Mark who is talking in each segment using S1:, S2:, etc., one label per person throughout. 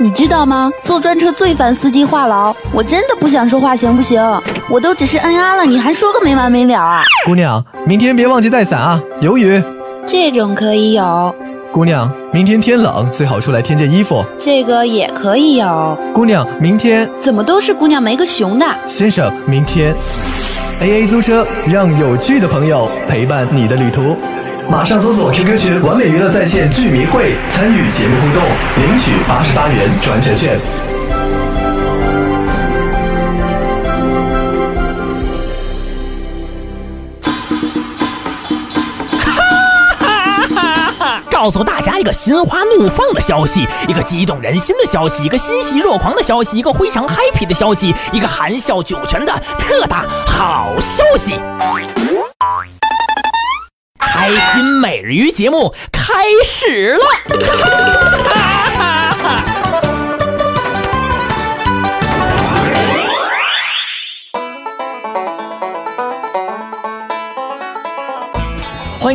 S1: 你知道吗？坐专车最烦司机话痨，我真的不想说话，行不行？我都只是嗯啊了，你还说个没完没了啊！
S2: 姑娘，明天别忘记带伞啊，有雨。
S1: 这种可以有，
S2: 姑娘，明天天冷，最好出来添件衣服。
S1: 这个也可以有，
S2: 姑娘，明天，
S1: 怎么都是姑娘没个熊的？
S2: 先生，明天。A A 租车，让有趣的朋友陪伴你的旅途。马上搜索 QQ 群“完美娱乐在线剧迷会”，参与节目互动，领取八十八元转乘券。
S3: 告诉大家一个心花怒放的消息，一个激动人心的消息，一个欣喜若狂的消息，一个非常 happy 的消息，一个含笑九泉的特大好消息！开心每日鱼节目开始了。欢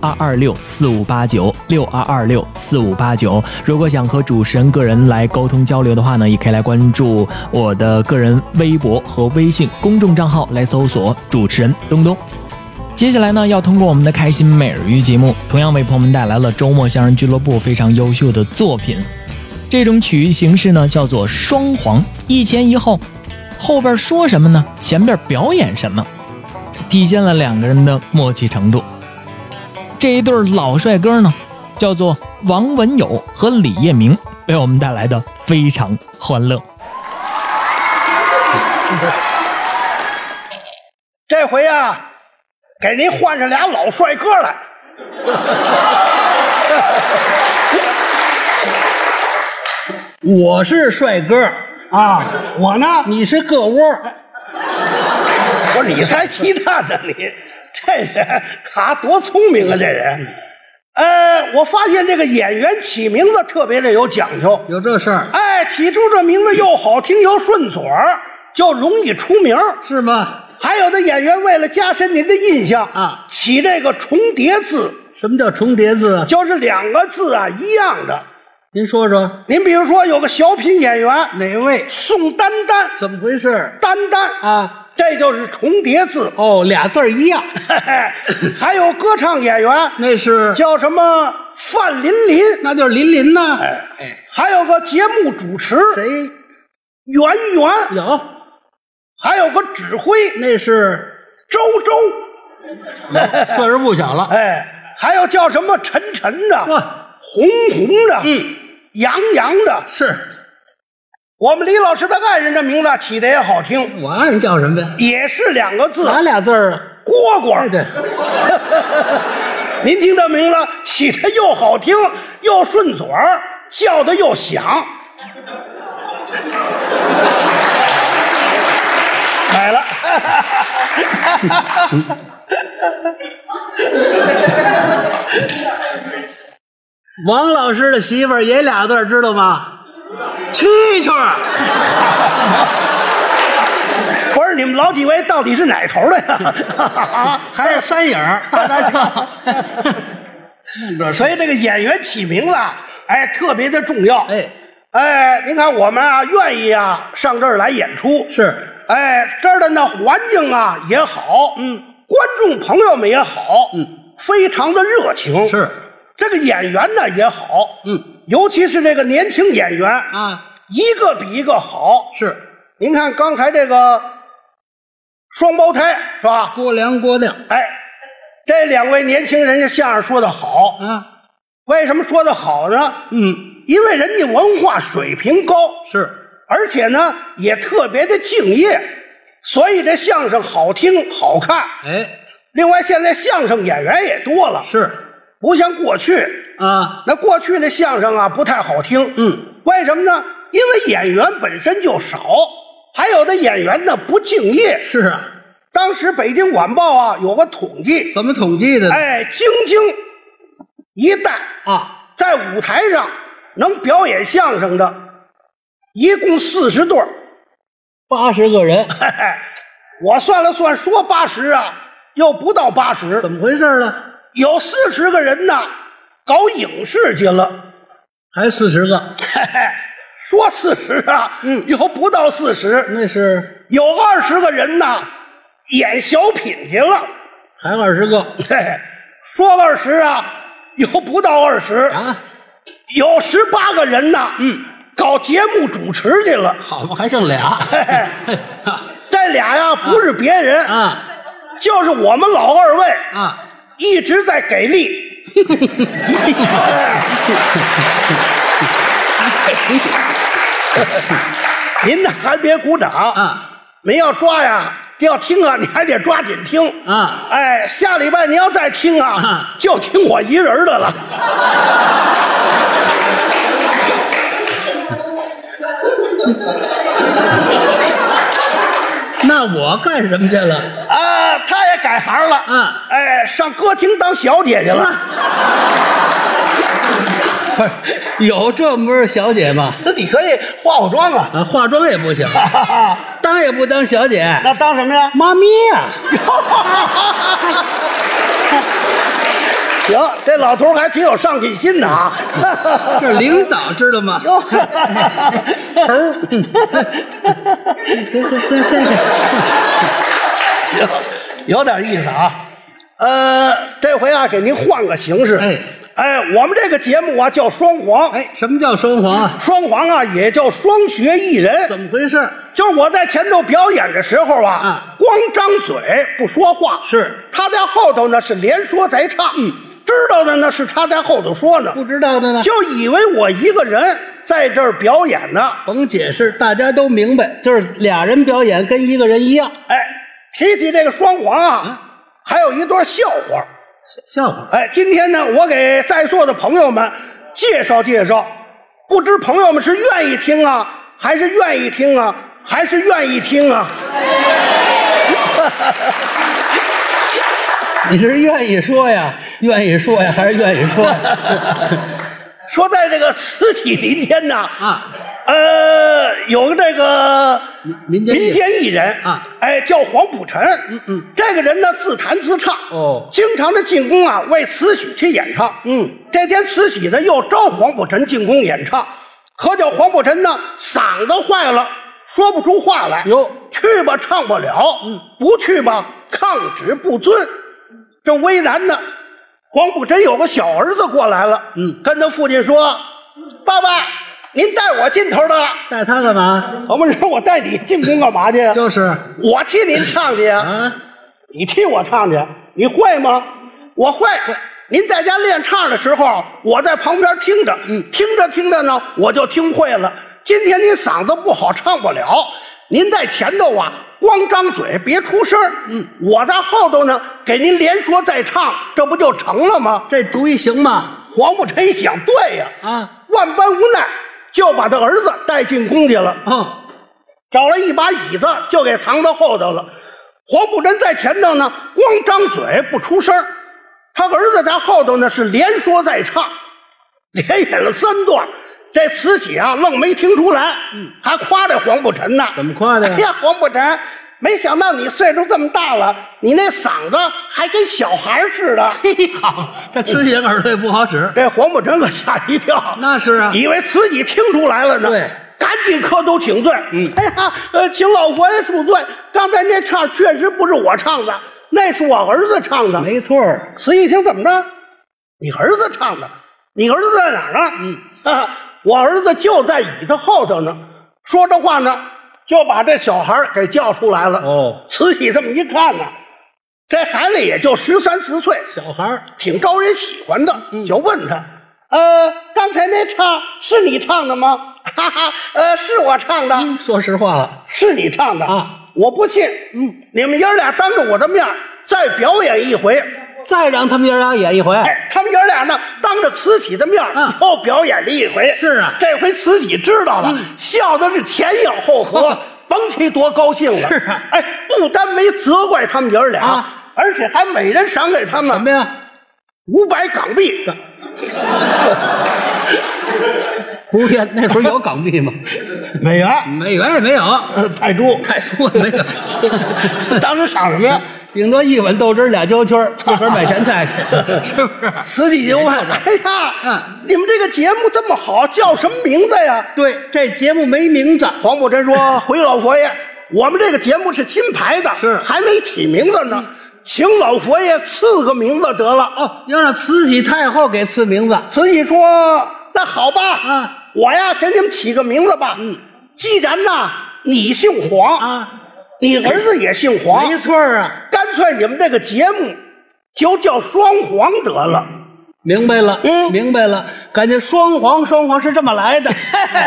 S3: 二二六四五八九六二二六四五八九。如果想和主持人个人来沟通交流的话呢，也可以来关注我的个人微博和微信公众账号来搜索主持人东东。接下来呢，要通过我们的开心每日鱼节目，同样为朋友们带来了周末相声俱乐部非常优秀的作品。这种曲艺形式呢，叫做双簧，一前一后，后边说什么呢？前边表演什么？体现了两个人的默契程度。这一对儿老帅哥呢，叫做王文友和李业明，为我们带来的非常欢乐。
S4: 这回呀、给您换上俩老帅哥来。
S5: 我是帅哥，
S4: 啊，我呢，
S5: 你是个窝，
S4: 我说你才鸡蛋呢，你这人啊，多聪明啊，这人。呃，我发现这个演员起名字特别的有讲究，
S5: 有这事儿
S4: 哎，起出这名字又好听又顺嘴儿，就容易出名儿。
S5: 是吗？
S4: 还有的演员为了加深您的印象
S5: 啊，
S4: 起这个重叠字，
S5: 什么叫重叠字啊？
S4: 就是两个字啊一样的。
S5: 您说说
S4: 您比如说有个小品演员
S5: 哪位？
S4: 宋丹丹，
S5: 怎么回事？
S4: 丹丹
S5: 啊，
S4: 这就是重叠字。
S5: 哦，俩字儿一样，
S4: 还有歌唱演员
S5: 那是
S4: 叫什么范琳琳，
S5: 那就是林林呐。
S4: 还有个节目主持
S5: 谁
S4: 圆圆，
S5: 有？
S4: 还有个指挥
S5: 那是
S4: 周周，
S5: 哎岁数不小了。
S4: 哎，还有叫什么陈晨的、
S5: 哇，
S4: 红红的、嗯、杨洋的。
S5: 是
S4: 我们李老师的爱人这名字起的也好听，
S5: 我爱人叫什么呀？
S4: 也是两个字，
S5: 哪俩字儿啊？
S4: 蝈蝈。
S5: 哎，对，
S4: 您听这名字起的又好听又顺嘴儿，叫的又响。 买了，
S5: 王老师的媳妇儿也俩字儿，知道吗？蛐蛐儿，
S4: 不是你们老几位到底是哪头的 呀？
S5: 还有山影儿，大大象。
S4: 所以这个演员起名字，哎，特别的重要。
S5: 哎，
S4: 哎，您看我们啊，愿意啊上这儿来演出，
S5: 是
S4: 哎，这儿的那环境啊也好，嗯，观众朋友们也好，嗯，非常的热情。
S5: 是，
S4: 这个演员呢也好，
S5: 嗯，
S4: 尤其是这个年轻演员，
S5: 啊，
S4: 一个比一个好。
S5: 是
S4: 您看刚才这个双胞胎是吧？
S5: 郭良郭亮
S4: 哎，这两位年轻人家相声说的好，
S5: 啊，
S4: 为什么说的好呢？
S5: 嗯，
S4: 因为人家文化水平高，
S5: 是
S4: 而且呢也特别的敬业，所以这相声好听好看。
S5: 哎
S4: 另外，现在相声演员也多了，
S5: 是
S4: 不像过去
S5: 啊，
S4: 那过去那相声啊不太好听，
S5: 嗯，
S4: 为什么呢？因为演员本身就少，还有的演员呢不敬业。
S5: 是啊，
S4: 当时《北京晚报啊》有个统计，
S5: 怎么统计的呢？
S4: 哎，京津一带
S5: 啊，
S4: 在舞台上能表演相声的，一共四十对儿
S5: 八十个人，
S4: 我算了算，说八十啊，又不到八十，
S5: 怎么回事呢？
S4: 有四十个人呢，搞影视去了。
S5: 还四十个，
S4: 说四十啊，
S5: 嗯
S4: 有不到四十，
S5: 那是
S4: 有二十个人呐，演小品去了。
S5: 还二十个
S4: 嘿嘿，说二十啊，有不到二十，
S5: 啊？
S4: 有十八个人呐，
S5: 嗯，
S4: 搞节目主持去 了。
S5: 好嘛，还剩俩
S4: 嘿嘿，这俩呀不是别人，
S5: 啊
S4: 就是我们老二位
S5: 啊！
S4: 一直在给力。 您呢还别鼓掌
S5: 啊！
S4: 您要抓呀，这要听啊，你还得抓紧听
S5: 啊！
S4: 哎，下礼拜您要再听啊，
S5: 啊
S4: 就听我一人的了。
S5: 那我干什么去了？
S4: 啊，他也改行了，
S5: 啊，
S4: 哎，上歌厅当小姐去了。
S5: 有这么多小姐吗？
S4: 那你可以化化妆啊，
S5: 啊，化妆也不行，当也不当小姐，
S4: 那当什么呀？
S5: 妈咪呀、
S4: 行，这老头儿还挺有上进心的 啊。
S5: 这是领导知道吗？
S4: 哟，
S5: 头儿，
S4: 行， 有点意思啊。呃，这回啊，给您换个形式。
S5: 哎
S4: 哎，我们这个节目啊叫双簧，
S5: 哎，什么叫双簧啊？
S4: 双簧啊也叫双学艺人，
S5: 怎么回事？
S4: 就是我在前头表演的时候啊，
S5: 啊
S4: 光张嘴不说话，
S5: 是
S4: 他在后头呢是连说带唱，嗯，知道的呢是他在后头说呢，
S5: 不知道的呢，
S4: 就以为我一个人在这儿表演呢。
S5: 甭解释，大家都明白，就是俩人表演跟一个人一样，
S4: 哎，提起这个双簧啊，
S5: 嗯
S4: 还有一段笑话。
S5: 笑话。
S4: 哎，今天呢，我给在座的朋友们介绍介绍，不知朋友们是愿意听啊，还是愿意听啊，还是愿意听啊？
S5: 你是愿意说呀，愿意说呀，还是愿意说呀？
S4: 说在这个慈禧年间呐，
S5: 啊，
S4: 呃，有这个
S5: 民间艺
S4: 民
S5: 人
S4: 间艺人
S5: 啊，
S4: 哎，叫黄甫臣。嗯嗯，这个人呢，自弹自唱，
S5: 哦
S4: 经常的进宫啊，为慈禧去演唱。
S5: 嗯，
S4: 这天慈禧呢又招黄甫臣进宫演唱，可叫黄甫臣呢嗓子坏了，说不出话来。
S5: 哟
S4: 去吧唱不了，嗯，不去吧抗旨不遵，这为难呢。黄甫臣有个小儿子过来了，嗯，跟他父亲说：“爸爸，您带我进头的了。”
S5: 带他干嘛？
S4: 我们说我带你进宫干嘛去？啊
S5: 就是
S4: 我替您唱去呀，
S5: 啊，
S4: 你替我唱去，你会吗？我会。您在家练唱的时候，我在旁边听着，听着听着呢，我就听会了。今天您嗓子不好，唱不了，您在前头啊，光张嘴别出声嗯，我在后头呢，给您连说带唱，这不就成了吗？
S5: 这主意行吗？
S4: 黄不臣一想，对呀，
S5: 啊，
S4: 万般无奈，就把他儿子带进宫去了。
S5: 哦，
S4: 找了一把椅子就给藏到后头了。黄不真在前头呢，光张嘴不出声儿他儿子在后头呢是连说带唱，连演了三段。这慈禧啊，愣没听出来，还夸这黄不臣呢。
S5: 嗯怎么夸的呀
S4: 哎呀，黄不臣，没想到你岁数这么大了，你那嗓子还跟小孩儿似的。嗯
S5: 嘿嘿，好，这慈禧耳朵也不好使。
S4: 这黄不真可吓一跳，
S5: 那是啊
S4: 以为慈禧听出来了呢，
S5: 对，
S4: 赶紧磕头请罪。嗯，哎呀，呃，请老佛爷恕罪，刚才那唱确实不是我唱的，那是我儿子唱的。
S5: 没错儿，
S4: 慈禧一听怎么着？你儿子唱的？你儿子在哪儿呢？嗯啊，我儿子就在椅子后头呢。说着话呢，就把这小孩儿给叫出来了。
S5: 哦，
S4: 慈禧这么一看呢、这孩子也就十三四岁，
S5: 小孩儿
S4: 挺招人喜欢的，
S5: 嗯
S4: 就问他：“呃，刚才那唱是你唱的吗？”哈哈，呃，是我唱的，
S5: 说实话了，
S4: 是你唱的
S5: 嗯啊！
S4: 我不信，嗯，你们爷儿俩当着我的面儿再表演一回。
S5: 再让他们爷俩演一回，
S4: 哎，他们爷儿俩呢，当着慈禧的面儿
S5: 嗯
S4: 又表演了一回。
S5: 是啊嗯
S4: 这回慈禧知道了，笑的是前仰后合，甭提多高兴了。
S5: 哦是啊
S4: 哎，不单没责怪他们爷儿俩，
S5: 啊
S4: 而且还每人赏给他
S5: 什么
S4: 们
S5: 呀？
S4: 五百港币。
S5: 胡编那会儿有港币吗？
S4: 美元，
S5: 没有，没有，
S4: 泰铢。
S5: 太说了没有。
S4: 当时赏什么呀？
S5: 顶多一碗豆汁儿俩焦圈儿，自个儿买咸菜去， 是不是？
S4: 慈禧就问：“哎呀，
S5: 嗯
S4: 你们这个节目这么好，叫什么名字呀？”
S5: 对，这节目没名字，
S4: 黄宝珍说：“回老佛爷，我们这个节目是新排的，
S5: 是
S4: 还没起名字呢，请老佛爷赐个名字得了。”哦，
S5: 要让慈禧太后给赐名字。
S4: 慈禧说：“那好吧，
S5: 嗯
S4: 我呀给你们起个名字吧。嗯，既然呐你姓黄
S5: 啊，
S4: 你儿子也姓黄，
S5: 没错儿啊，
S4: 干脆你们这个节目就叫双黄得
S5: 嗯
S4: 了。
S5: 明白了，
S4: 嗯
S5: 明白了，感觉双簧双簧是这么来 的，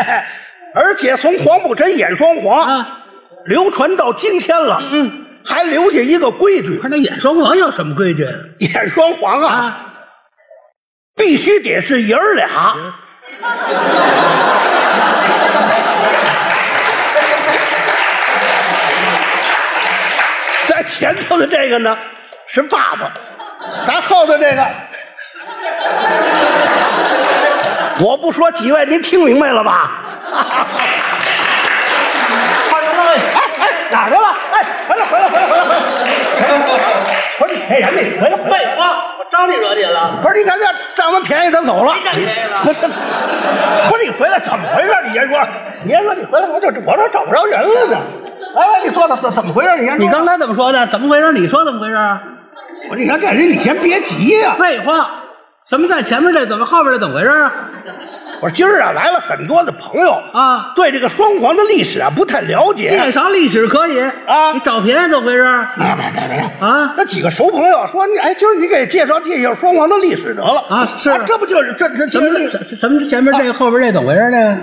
S4: 而且从黄宝珍演双簧
S5: 啊，
S4: 流传到今天了。嗯，还留下一个规矩
S5: 可，是那演双簧有什么规矩
S4: 演双簧
S5: 啊？
S4: 必须得是爷儿 俩。在前头的这个呢是爸爸，咱后头这个， 我不说几位，您听明白了 吧？
S5: 快点来，
S4: 哎哎，哪儿去了？哎，回来回来回来回来回来！ 不是你骗人的，回来回来！
S5: 废话，我招你惹你了？
S4: 不是你看这占完便宜他走了，
S5: 谁占便宜了
S4: 不是，不是你回来怎么回事？你先说，你先说你回来我就我这找不着人了呢。哎，你说的怎怎么回事？你先说。
S5: 你刚才怎么说的？怎么回事？你说怎么回事啊？
S4: 我说你看这人，你先别急呀、
S5: 废话，什么在前面这，怎么后边这，怎么回事啊？
S4: 我说今儿啊来了很多的朋友
S5: 啊
S4: 对这个双簧的历史啊不太了解。
S5: 介绍历史可以
S4: 啊
S5: 你找便宜怎么回事啊？
S4: 哎别别别
S5: 啊
S4: 那几个熟朋友说你哎，今儿你给介绍介绍双簧的历史得了
S5: 啊是
S4: 这不就是啊这这
S5: 什
S4: 这
S5: 么什什么前面这后边这怎么回事呢？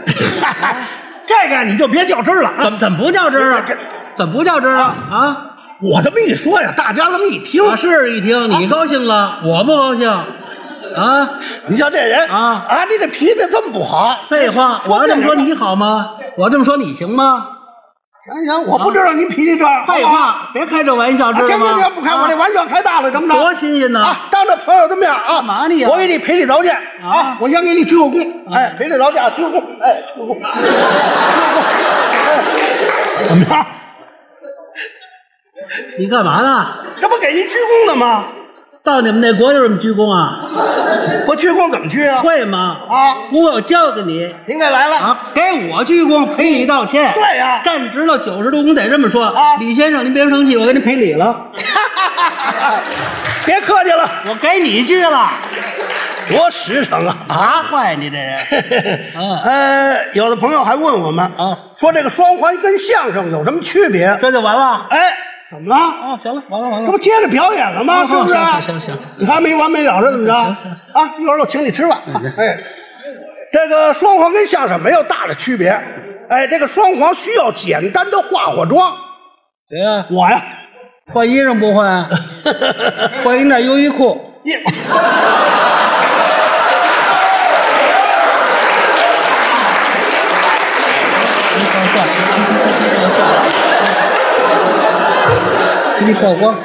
S4: 这个你就别较真儿了啊。
S5: 怎么怎么不较真儿啊
S4: 这？
S5: 怎么不较真儿啊？
S4: 我这么一说呀，大家这么一听
S5: 啊，是一听你高兴了，我不高兴啊？
S4: 你像这人
S5: 啊
S4: 啊，你这脾气这么不好，
S5: 废话，我要这么说你好吗？我这么说你行吗？
S4: 行行，我不知道您脾气这样。
S5: 啊废
S4: 好吧，
S5: 话，别开这玩笑，
S4: 哦啊
S5: 知道
S4: 行
S5: 吗？
S4: 行行，不开我这
S5: 啊
S4: 玩笑开大了，怎么着？
S5: 多新鲜呐！
S4: 啊，当着朋友的面啊，
S5: 干嘛你呀
S4: 我给你赔礼道歉啊
S5: 啊，嗯
S4: 我先给你鞠个躬，哎，赔礼道歉，鞠个躬，哎，鞠个躬，鞠个躬，哎，怎么样？
S5: 你干嘛呢？
S4: 这不给您鞠躬呢吗？
S5: 到你们那国就这么鞠躬啊？
S4: 我鞠躬怎么鞠啊？
S5: 会吗？
S4: 啊，
S5: 我有教给你
S4: 您给来了，
S5: 啊，给我鞠躬赔礼道歉。
S4: 对呀
S5: 站直了九十度，你得这么说
S4: 啊
S5: 李先生，您别生气，我给您赔礼了，
S4: 别客气了，
S5: 啊我给你鞠了。
S4: 多实诚啊！
S5: 啊，坏你这人啊，
S4: 呃，有的朋友还问我们
S5: 啊，
S4: 说这个双簧跟相声有什么区别？
S5: 这就完了。
S4: 哎，怎么了？
S5: 哦，行了，完了完
S4: 这不。接着表演了吗？
S5: 哦
S4: 是不是？啊
S5: 行行行行
S4: 你还没完没了是怎么着？
S5: 行嗯行
S4: 啊，一会儿我请你吃饭。哎，这个双簧跟相声没有大的区别。哎，这个双簧需要简单的化化妆。
S5: 谁呀？
S4: 我 呀，
S5: 啊换衣裳不换 啊？换一件优衣库。
S4: 你
S5: 给你曝光。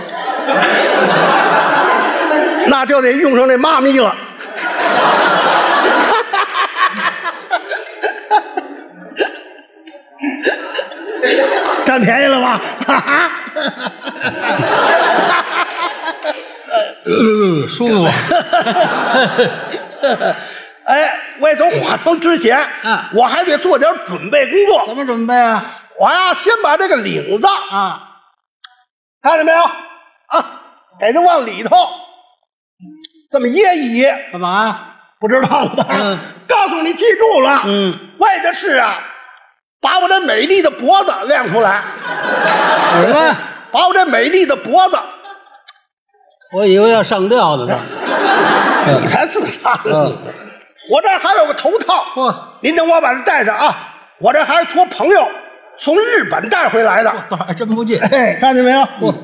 S4: 那就得用上那妈咪了。 占便宜了吧？哈哈。
S5: 舒服。
S4: 哎，魏总化妆之前，
S5: 嗯
S4: 我还得做点准备工作。
S5: 怎么准备啊？
S4: 我呀，先把这个领子，
S5: 啊，
S4: 看见没有？啊，给它往里头这么掖一掖，
S5: 干嘛啊呀？
S4: 不知道了吧？
S5: 嗯
S4: 告诉你，记住了。
S5: 嗯，
S4: 为的是啊，把我这美丽的脖子亮出来，
S5: 怎么了？
S4: 把我这美丽的脖子，
S5: 我以为要上吊呢呢。
S4: 你才自杀呢！
S5: 嗯
S4: 我这儿还有个头套，
S5: 嚯
S4: 您等我把它戴上啊！我这还是托朋友从日本带回来的。
S5: 倒还真不近。
S4: 哎，看见没有？
S5: 你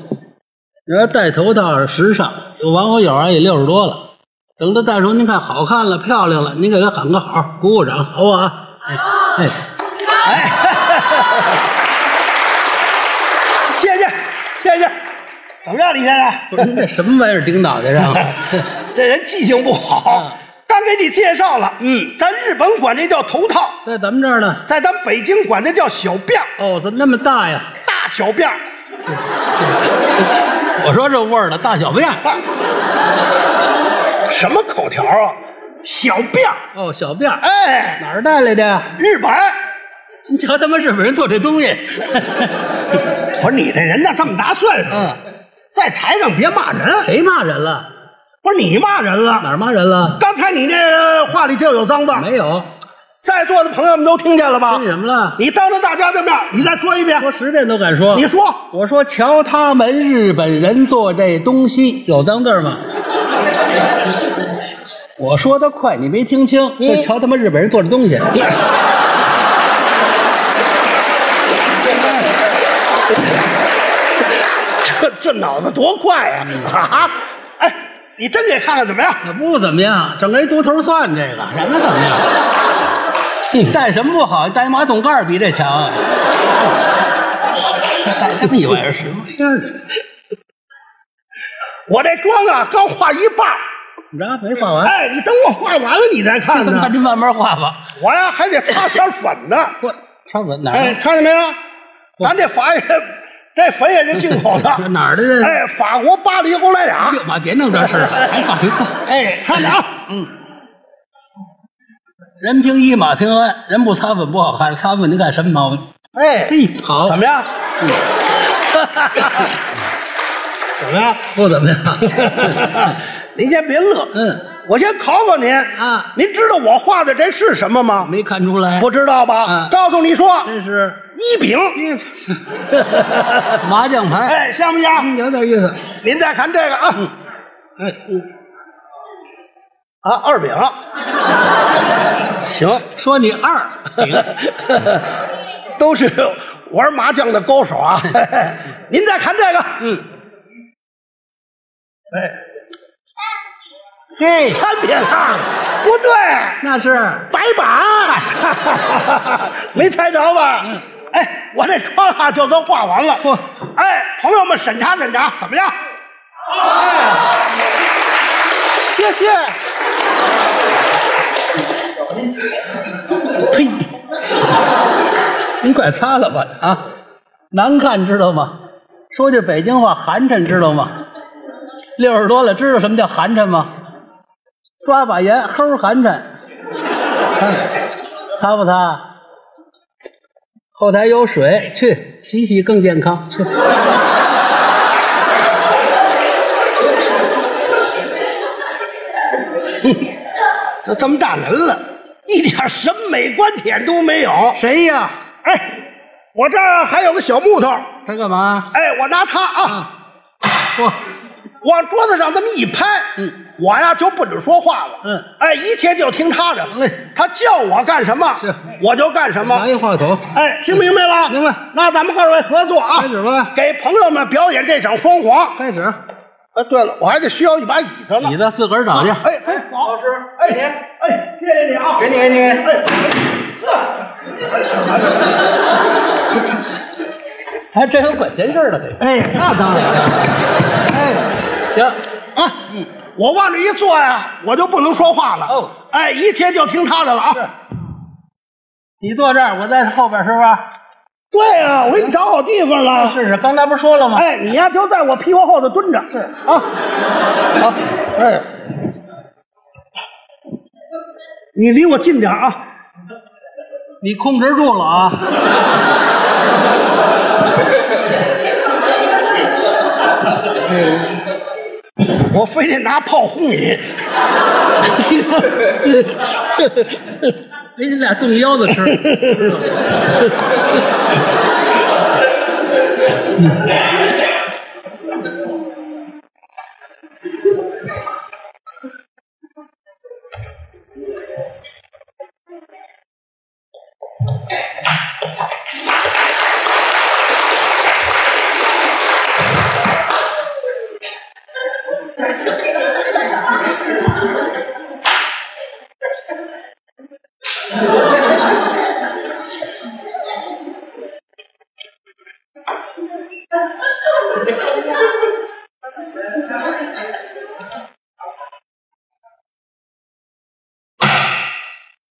S5: 说戴头套是时尚，有网友友啊也六十多了，等他戴上，您看好看了、漂亮了，您给他喊个好，鼓鼓掌，好不好？哎，
S4: 谢谢，谢谢。怎么样，李先 生？
S5: 不是您这什么玩意儿顶脑袋上啊？
S4: 这人记性不
S5: 嗯
S4: 好，刚给你介绍了，嗯，咱日本管这叫头套，
S5: 在咱们这儿呢？
S4: 在咱北京管这叫小辫儿
S5: 哦，怎么那么大呀？
S4: 大小辫儿
S5: 我说这味儿了，大小便。
S4: 什么口条啊？小辫儿
S5: 哦，小便。哎，
S4: 哎，
S5: 哪儿带来的呀？
S4: 日本。
S5: 你瞧他妈日本人做这东西，
S4: 我说你这人呢，这么大岁数，
S5: 嗯
S4: 在台上别骂人。
S5: 谁骂人了？
S4: 不是你骂人了，
S5: 哪儿骂人了？
S4: 刚才你这话里就有脏字儿，
S5: 没有，
S4: 在座的朋友们都听见了吧
S5: 听？什么了？
S4: 你当着大家的面，你再说一遍，
S5: 说十遍都敢说。
S4: 你说
S5: 我说瞧他们日本人做这东西有脏字儿吗？ 我说的快，你没听清，就瞧他们日本人做这东西。
S4: 这这脑子多快呀！啊，哎，你真给看看怎么样？
S5: 可不怎么样，整个一独头蒜这个，什么怎么样？带什么不好？带马桶盖儿比这强。带这么一玩意儿什么样儿的？
S4: 我这妆啊，刚画一半儿，
S5: 你知道没画完，
S4: 哎，你等我画完了你再看呢
S5: 那。就慢慢画吧。
S4: 我呀还得擦点粉呢。
S5: 我上次哪
S4: 哎，
S5: 儿？
S4: 看见没有？咱这法也，这粉也是进口的。
S5: 哪儿的人？
S4: 哎，法国巴黎欧莱雅。
S5: 呦妈，别弄这事儿了，还画一块。
S4: 哎，看着啊，
S5: 人凭衣，马凭鞍，人不擦粉不好看，擦粉能干什么毛病？
S4: 哎，
S5: 嘿，好，
S4: 怎么样？怎么样？
S5: 不怎 么样？
S4: 您先别乐，
S5: 嗯，
S4: 我先考考您
S5: 啊
S4: 您知道我画的这是什么吗？
S5: 没看出来，
S4: 不知道吧
S5: 啊？
S4: 告诉你说，
S5: 这是
S4: 一饼，
S5: 麻将牌，嗯
S4: 哎，像不像？
S5: 有点意思。
S4: 您再看这个啊，哎，嗯啊，二饼，行，
S5: 说你二，
S4: 都是玩麻将的高手啊。 您再看这个，嗯，
S5: 嘿，
S4: 三饼啊，不对，
S5: 那是
S4: 白板， 没猜着吧？哎，我这窗啊就算画完了
S5: 嚯。
S4: 哎，朋友们审查审查，怎么样？哎，谢谢。
S5: 呸！你快擦了吧啊！难看知道吗？说句北京话，寒碜知道吗？六十多了，知道什么叫寒碜吗？抓把盐，齁寒碜。看擦不擦？后台有水，去洗洗更健康。去。
S4: 都这么大人了，一点审美观点都没有。
S5: 谁呀？
S4: 哎，我这儿还有个小木头，
S5: 他干嘛？
S4: 哎，我拿它啊，
S5: 嚯，
S4: 往桌子上这么一拍，
S5: 嗯，
S4: 我呀就不准说话了，
S5: 嗯，
S4: 哎，一切就听他的
S5: 好嘞，
S4: 他叫我干什么
S5: 是，
S4: 我就干什么
S5: 拿。一话筒，
S4: 哎，听明白了？
S5: 明白
S4: 那咱们各位合作啊，
S5: 开始吧
S4: 给朋友们表演这场双簧。
S5: 开始。
S4: 哎，对了，我还得需要一把椅子呢。
S5: 你的自个儿找去。
S4: 哎哎，老师，哎您，哎谢谢你啊，给你给你，哎。
S5: 还真有管闲事儿的得。
S4: 哎，那当然。哎，
S5: 行，
S4: 啊，我往这一坐呀，我就不能说话了。
S5: 哦，
S4: 哎，一切就听他的了啊。
S5: 你坐这儿，我在后边，是不是？
S4: 对呀、我给你找好地方了。
S5: 试试，刚才不是说了 吗？
S4: 哎，你呀就在我屁股后头蹲着。是啊，好，哎，你离我近点啊。
S5: 你控制住了啊！
S4: 我非得拿炮轰你。
S5: 给你俩冻腰子吃。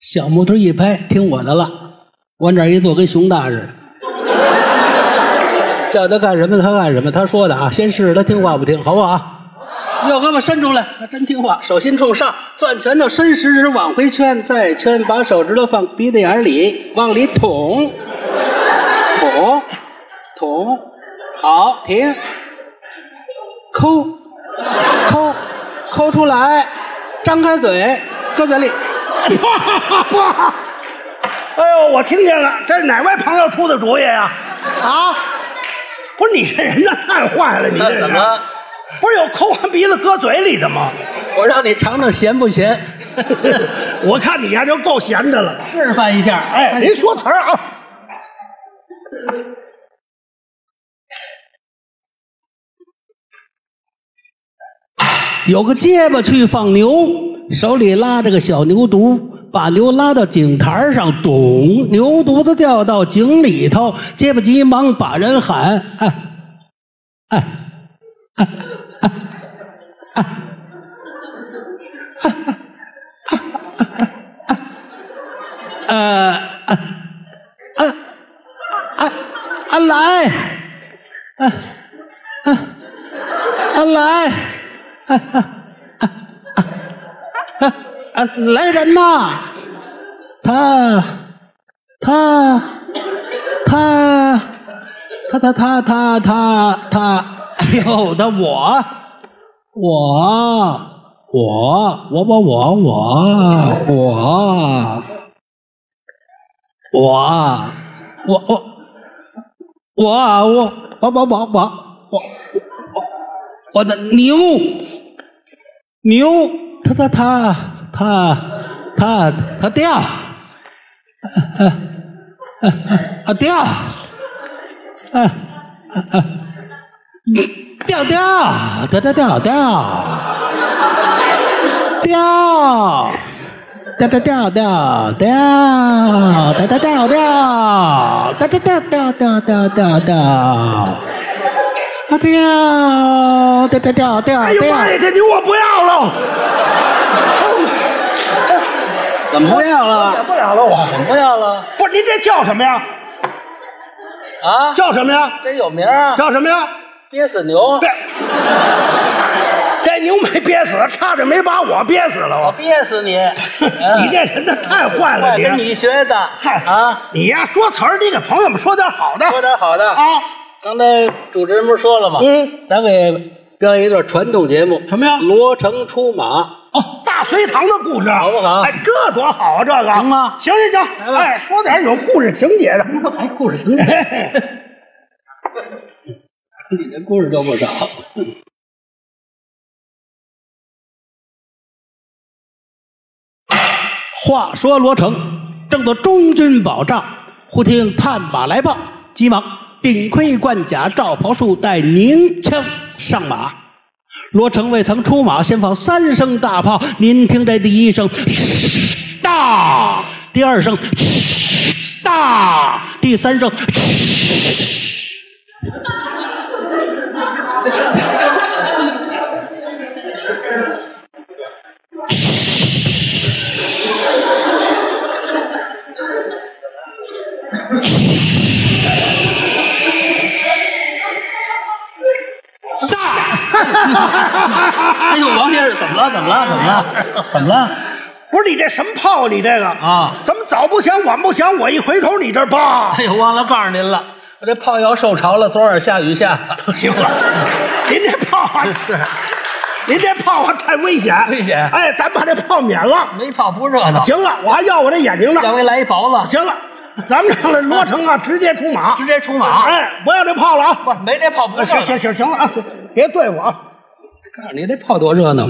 S5: 小木头一拍，听我的了，往这儿一坐，跟熊大似的。 叫他干什么，他干什么。他说的啊，先试试他听话不听，好不好？右胳膊伸出来，他真听话。手心冲上，攥拳头，伸食指往回圈，再圈，把手指头放鼻子眼儿里，往里捅，捅，捅，好，停，抠，抠，抠出来，张开嘴，搁嘴里。
S4: 哎呦，我听见了，这是哪位朋友出的主意啊？啊，不是你这人呐，太坏了，你这
S5: 那
S4: 人
S5: 怎么了？
S4: 不是有抠完鼻子搁嘴里的吗？
S5: 我让你尝尝咸不咸，
S4: 我看你呀就够闲的了。
S5: 示范一下。
S4: 哎，您说词儿啊？
S5: 有个结巴去放牛，手里拉着个小牛犊，把牛拉到井台上，咚，牛犊子掉到井里头，结巴急忙把人喊，哎，哎，哎，哎，哎，哎，哎，哎，呃，哎，哎，哎，俺来，哎，哎，俺来。啊，来人呐！他，他，他，他他他他他他，哎呦，他我，我，我，我我我我我，我，我我，我我我我我我我我的牛牛，它它它它它它掉，啊啊掉，啊啊啊掉掉掉掉掉掉掉。掉掉掉掉掉掉掉掉掉掉掉掉掉掉掉掉。啊掉掉掉掉掉
S4: 哎呦
S5: 掉！
S4: 喂，这牛我不要了，
S5: 怎么不要了？
S4: 不了了我。
S5: 怎么不要了？
S4: 不是您这叫什么呀？
S5: 啊，
S4: 叫什么呀？
S5: 真有名啊！
S4: 叫什么呀？
S5: 憋死牛，
S4: 这这牛没憋死，差点没把我憋死了。我
S5: 憋 死你！
S4: 你这人呐太嗯坏了，
S5: 我跟你学的，
S4: 嗨
S5: 啊，！
S4: 你呀说词儿，你给朋友们说点好的
S5: 说点好的。
S4: 啊。
S5: 刚才主持人不是说了吗？
S4: 嗯，
S5: 咱给表演一段传统节目，
S4: 什么呀
S5: 罗成出马。
S4: 哦，大隋唐的故事好
S5: 不好
S4: 哎，这多好啊！这个
S5: 行吗
S4: 行行
S5: 来
S4: 行，
S5: 吧
S4: 哎，说点有故事情节的。
S5: 哎，故事情节，你这故事都不少。话说罗成正做中军保障，忽听探马来报，急忙顶盔贯甲，罩袍束带，拧枪上马。罗成未曾出马，先放三声大炮。您听这第一声，大；第二声，大；第三声，哎呦，王先生，怎么了？怎么了？怎 么了？怎么了？
S4: 不是你这什么炮啊？你这个
S5: 啊
S4: 怎么早不响晚不响？我一回头，你这儿叭
S5: 哎呦，忘了告诉您了，我这炮要受潮了，昨晚下雨下 的。
S4: 停了。您这炮啊，
S5: 是，
S4: 您这泡啊太危险，
S6: 危险
S4: 哎，咱把这泡免了。
S6: 没泡不热闹，
S4: 行了，我还要我这眼睛呢。
S6: 下回来一雹子，
S4: 行了，咱们让这罗成啊直接出马，
S6: 直接出马
S4: 哎，不要这泡了啊！
S6: 不是没这泡不热闹。
S4: 行行行行了啊，别对我啊！
S6: 告诉你这泡多热闹。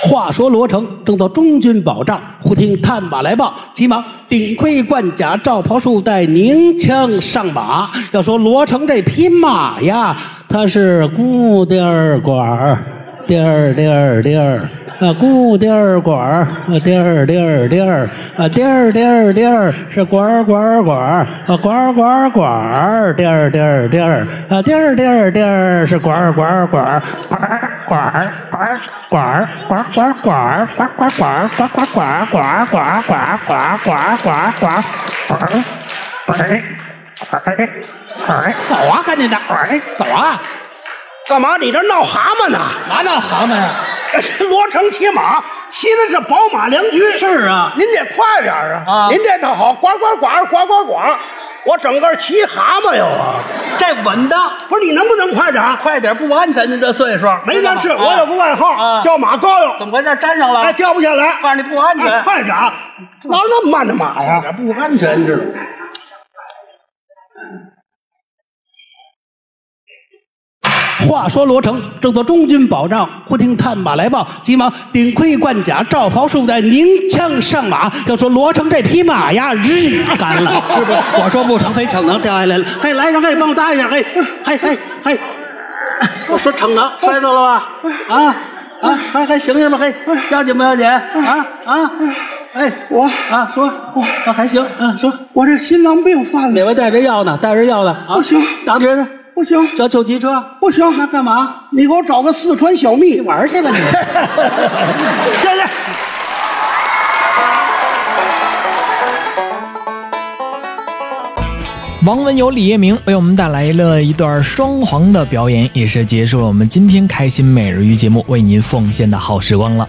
S6: 话说罗成正到中军保障，忽听探马来报，急忙顶盔贯甲，罩袍束带，拧枪上马。要说罗成这匹马呀，它是咕颠儿管儿，颠儿颠儿颠儿。啊，咕颠儿管儿，啊颠儿颠儿颠儿，啊颠儿颠儿颠儿，是管儿管儿管儿，啊管儿管儿管儿，颠儿颠儿颠儿，啊颠儿颠儿颠儿，是管儿管儿管儿，管儿管儿管儿管儿管儿管儿管儿管儿管儿管儿管儿管儿管儿管儿管儿管儿管儿管儿管儿管儿管儿管儿，走啊，赶紧的，哎，走啊，
S4: 干嘛？你这闹蛤蟆呢？
S6: 嘛闹蛤蟆呀？
S4: 罗成骑马骑的是宝马良驹，
S6: 是啊
S4: 您得快点儿啊！
S6: 啊
S4: 您这倒好，呱呱呱呱呱呱，我整个骑蛤蟆哟啊！
S6: 这稳当，
S4: 不是你能不能快点啊儿？
S6: 快点不安全，您这岁数
S4: 没咱事，
S6: 知道
S4: 我
S6: 吗
S4: 有个外号、
S6: 啊
S4: 叫马高
S6: 啊怎
S4: 友，
S6: 么回事？粘上了？
S4: 哎，掉不下来，
S6: 告诉你不安全
S4: 哎快点儿！哪有那么慢的马呀？
S6: 不安全，知道吗？话说罗成正做中军保障，忽听探马来报，急忙顶盔贯甲，罩袍束带，拧枪上马。要说罗成这匹马呀，日干 了，是不是？我说不成，非逞能掉下来了。嘿，来上，嘿，帮我搭一下，嘿，嘿，嘿，嘿。我说逞能摔着了吧？啊啊，还还行行吧？嘿，要紧不要紧？啊啊，哎，
S4: 我
S6: 啊说，啊还行，嗯说。
S4: 我这心脏病犯了，
S6: 哪位带着药呢？带着药呢？啊，
S4: 不行
S6: 打着呢，
S4: 不行
S6: 叫救急车。
S4: 不行，
S6: 那干嘛？
S4: 你给我找个四川小蜜
S6: 玩儿去吧你。
S4: 谢谢。
S3: 王文友、李业明为我们带来了一段双簧的表演，也是结束了我们今天开心每日鱼节目为您奉献的好时光了。